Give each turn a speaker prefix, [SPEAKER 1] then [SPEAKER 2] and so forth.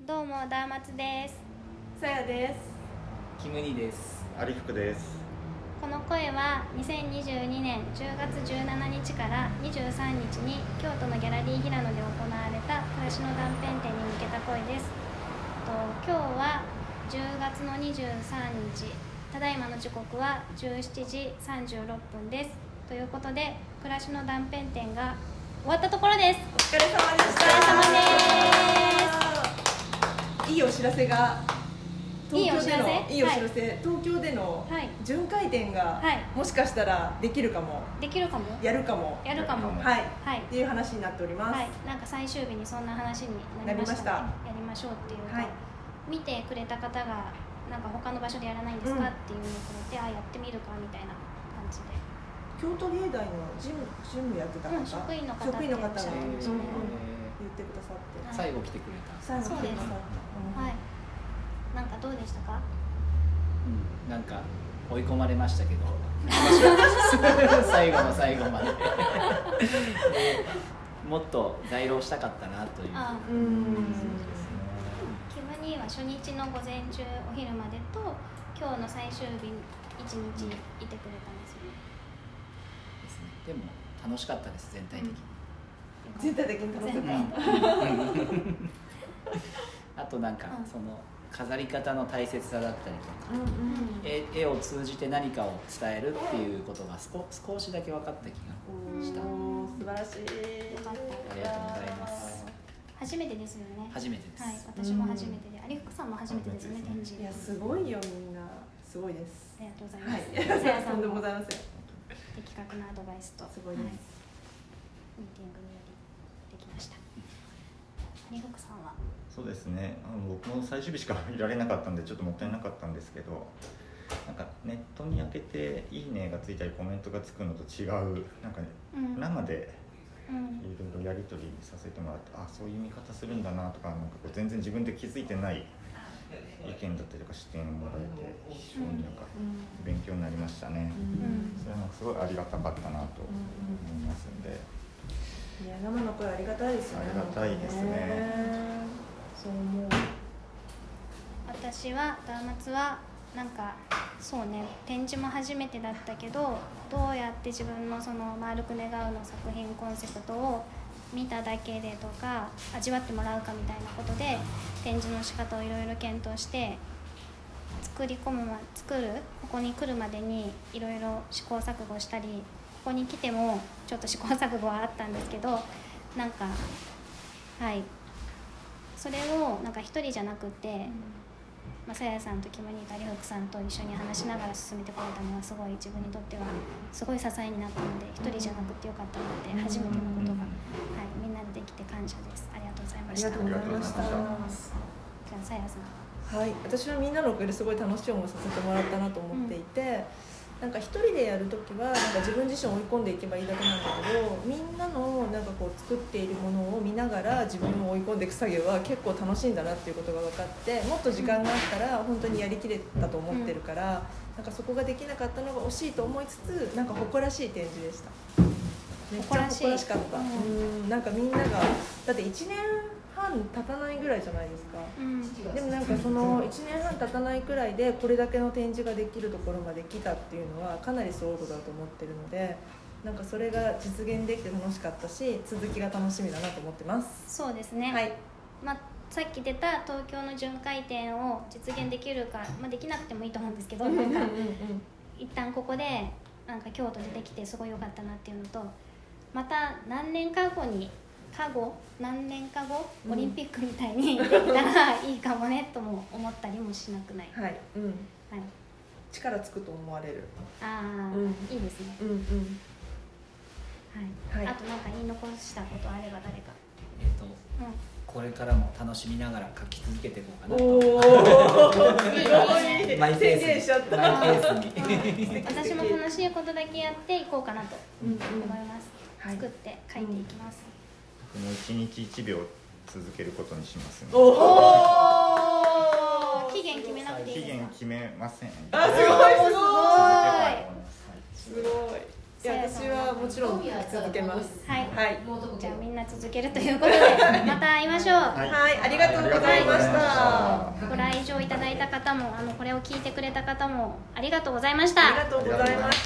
[SPEAKER 1] もダーマツです
[SPEAKER 2] さやです
[SPEAKER 3] キムニです。
[SPEAKER 4] アリフクです。
[SPEAKER 1] この声は2022年10月17日から23日に京都のギャラリー平野で行われた暮らしの断片展に向けた声ですと今日は10月の23日ただいまの時刻は17時36分ですということで暮らしの断片展が終わったところです
[SPEAKER 2] お疲れ様でした
[SPEAKER 1] お疲
[SPEAKER 2] すいいお知らせが東京での
[SPEAKER 1] い
[SPEAKER 2] い
[SPEAKER 1] い
[SPEAKER 2] い
[SPEAKER 1] お
[SPEAKER 2] お
[SPEAKER 1] 知ら
[SPEAKER 2] 知らせ、東京での
[SPEAKER 1] はい
[SPEAKER 2] 巡回展が、
[SPEAKER 1] はい
[SPEAKER 2] もしかしたらできるかも
[SPEAKER 1] できるかも
[SPEAKER 2] やるかも
[SPEAKER 1] やるかも
[SPEAKER 2] はい、
[SPEAKER 1] はい
[SPEAKER 2] っていう話になっております、
[SPEAKER 1] はい、なんか最終日にそんな話になりました,、ね、
[SPEAKER 2] なり
[SPEAKER 1] やりま
[SPEAKER 2] ま
[SPEAKER 1] しょうっていうか、
[SPEAKER 2] はい
[SPEAKER 1] 見てくれた方がなんか他の場所でやらないんですか、
[SPEAKER 2] うん
[SPEAKER 1] っていうのをくれてあやってみるかみたいな感じで
[SPEAKER 2] 京都芸大の事務事務やってた方、
[SPEAKER 1] うん職員の方
[SPEAKER 2] 職員の方
[SPEAKER 1] っ
[SPEAKER 2] が
[SPEAKER 1] ておっしゃ
[SPEAKER 2] 言
[SPEAKER 1] っ
[SPEAKER 2] って
[SPEAKER 1] ましたね
[SPEAKER 3] 最
[SPEAKER 2] てくださって
[SPEAKER 3] 後来てくれた。
[SPEAKER 2] 最後来てくださっ
[SPEAKER 1] はいなんかどうでしたか
[SPEAKER 3] うんなんか追い込まれました けど。最後の最後まで。もっと在労したかったなという。
[SPEAKER 1] あ
[SPEAKER 2] た、うんうん
[SPEAKER 1] キムニーは初日の午前中お昼までと今日の最終日一日いてくれたんですよね
[SPEAKER 3] ですねでも楽しかったです全体的に。
[SPEAKER 2] 全体的に楽しかっ
[SPEAKER 1] 全体的に
[SPEAKER 3] あとなんか
[SPEAKER 1] うん
[SPEAKER 3] その飾り方の大切さだったりとか。
[SPEAKER 2] たうんうん
[SPEAKER 3] 絵絵を通じて何かを伝えるっていうことが少少しだけ分かった気が
[SPEAKER 2] おー
[SPEAKER 3] した
[SPEAKER 2] 素晴らしい
[SPEAKER 1] よかった
[SPEAKER 3] ありがとうございます
[SPEAKER 1] 初めてですよね
[SPEAKER 3] 初めてです、
[SPEAKER 1] はい私も初めてで有福さんも初めてですね
[SPEAKER 4] 初め
[SPEAKER 1] 展
[SPEAKER 4] てで
[SPEAKER 1] 示
[SPEAKER 2] いやすごいよみんなすごいです
[SPEAKER 1] ありがとうござい
[SPEAKER 2] は
[SPEAKER 1] ま
[SPEAKER 2] い
[SPEAKER 1] す。せやさ
[SPEAKER 2] と
[SPEAKER 1] ん
[SPEAKER 2] んで
[SPEAKER 1] の
[SPEAKER 2] も
[SPEAKER 1] 的
[SPEAKER 2] ございません
[SPEAKER 1] 確なアドバイスと、
[SPEAKER 2] すごいです
[SPEAKER 1] はミーティングによりできました。有福さんは、
[SPEAKER 4] そうですね。あの僕も最終日しかいられなかったんでちょっともったいなかったんですけど、なんかネットに開けていいねがついたりコメントがつくのと違うなんかね
[SPEAKER 1] うん
[SPEAKER 4] 生で
[SPEAKER 1] うん
[SPEAKER 4] いろいろやり取りさせてもらって、あそういう見方するんだなとかなんかこう全然自分で気づいてない意見だったりとか視点をもらえて非常になんか勉強になりましたね。
[SPEAKER 1] うん
[SPEAKER 4] それはなんかすごいありがたかったなと思いますんで。
[SPEAKER 2] いや生の声ありがたいですね
[SPEAKER 4] ありがたいですね
[SPEAKER 2] そう思う
[SPEAKER 1] 私はダーマツはなんかそうね展示も初めてだったけどどうやって自分のその「丸く願う」の作品コンセプトを見ただけでとか味わってもらうかみたいなことで展示の仕方をいろいろ検討して作り込むま作るここに来るまでにいろいろ試行錯誤したりここに来てもちょっと試行錯誤はあったんですけどなんかはいそれをなんか一人じゃなくて、まあ、さやさんとキムニーと有福さんと一緒に話しながら進めてこれたのはすごい自分にとってはすごい支えになったので一人じゃなくてよかったなって初めてのことが、はい、みんなでできて感謝ですありがとうござい
[SPEAKER 2] あ
[SPEAKER 1] ました
[SPEAKER 2] りがとうございました
[SPEAKER 4] ありがとうござい
[SPEAKER 1] じゃあさやさん
[SPEAKER 2] はい私はみんなのおかげですごい楽しい思いさせてもらったなと思っていて、なんか一人でやる時はなんか自分自身を追い込んでいけばいいだけなんだけどみんなのなんかこう作っているものを見ながら自分を追い込んでいく作業は結構楽しいんだなっていうことが分かってもっと時間があったら本当にやりきれたと思ってるから、なんかそこができなかったのが惜しいと思いつつなんか誇らしい展示でしためっちゃ誇らしかった、
[SPEAKER 1] 誇
[SPEAKER 2] うんなんかみんながだって1年半経たないぐらいじゃないですか、
[SPEAKER 1] うん
[SPEAKER 2] でもなんかその1年半経たないくらいでこれだけの展示ができるところまで来たっていうのはかなりそういうことだと思ってるのでなんかそれが実現できて楽しかったし続きが楽しみだなと思ってます。
[SPEAKER 1] そうですね、
[SPEAKER 2] はい、
[SPEAKER 1] まあ、さっき出た東京の巡回展を実現できるか、まあ、できなくてもいいと思うんですけどなんか一旦ここでなんか京都出てきてすごい良かったなっていうのとまた何年か後に過後何年か後
[SPEAKER 2] うん
[SPEAKER 1] オリンピックみたいにできたらいいかもねとも思ったりもしなくない、はい、
[SPEAKER 2] はい、うん、力つくと思われる。
[SPEAKER 1] ああ、
[SPEAKER 2] うん
[SPEAKER 1] いいですね、
[SPEAKER 2] うんうん。
[SPEAKER 1] は
[SPEAKER 2] はいい
[SPEAKER 1] あとなんか言い残したことあれば誰か、
[SPEAKER 3] えっ、と
[SPEAKER 1] う
[SPEAKER 3] これからも楽しみながら書き続けていこうかなと
[SPEAKER 2] おお、すごい。
[SPEAKER 3] マイペース
[SPEAKER 2] 宣
[SPEAKER 3] に
[SPEAKER 2] 言しちゃった。
[SPEAKER 3] マイペースに
[SPEAKER 1] ん、私も楽しいことだけやっていこうかなと
[SPEAKER 2] うんうん
[SPEAKER 1] 思います、
[SPEAKER 2] はい
[SPEAKER 1] 作って書いていきます、
[SPEAKER 4] 僕も一日一秒続けることにしますね。
[SPEAKER 2] おお。
[SPEAKER 1] 期限決めなくてい
[SPEAKER 4] 期
[SPEAKER 1] いです
[SPEAKER 4] 限
[SPEAKER 1] か
[SPEAKER 4] 決めません。
[SPEAKER 2] あ、すごいすご
[SPEAKER 1] すご
[SPEAKER 2] い。
[SPEAKER 1] い
[SPEAKER 4] い。
[SPEAKER 2] すごい。いや私はもうちろん書き続けます
[SPEAKER 1] はい
[SPEAKER 2] はい
[SPEAKER 1] じゃあみんな続けるということ でまた会いましょう、
[SPEAKER 4] はい
[SPEAKER 2] はい、ありがとうございまし
[SPEAKER 4] あ
[SPEAKER 2] た。
[SPEAKER 1] ご来場いただいた方もあのこれを聞いてくれた方もありがとうございまし
[SPEAKER 2] あ
[SPEAKER 1] た
[SPEAKER 2] りがとうございました。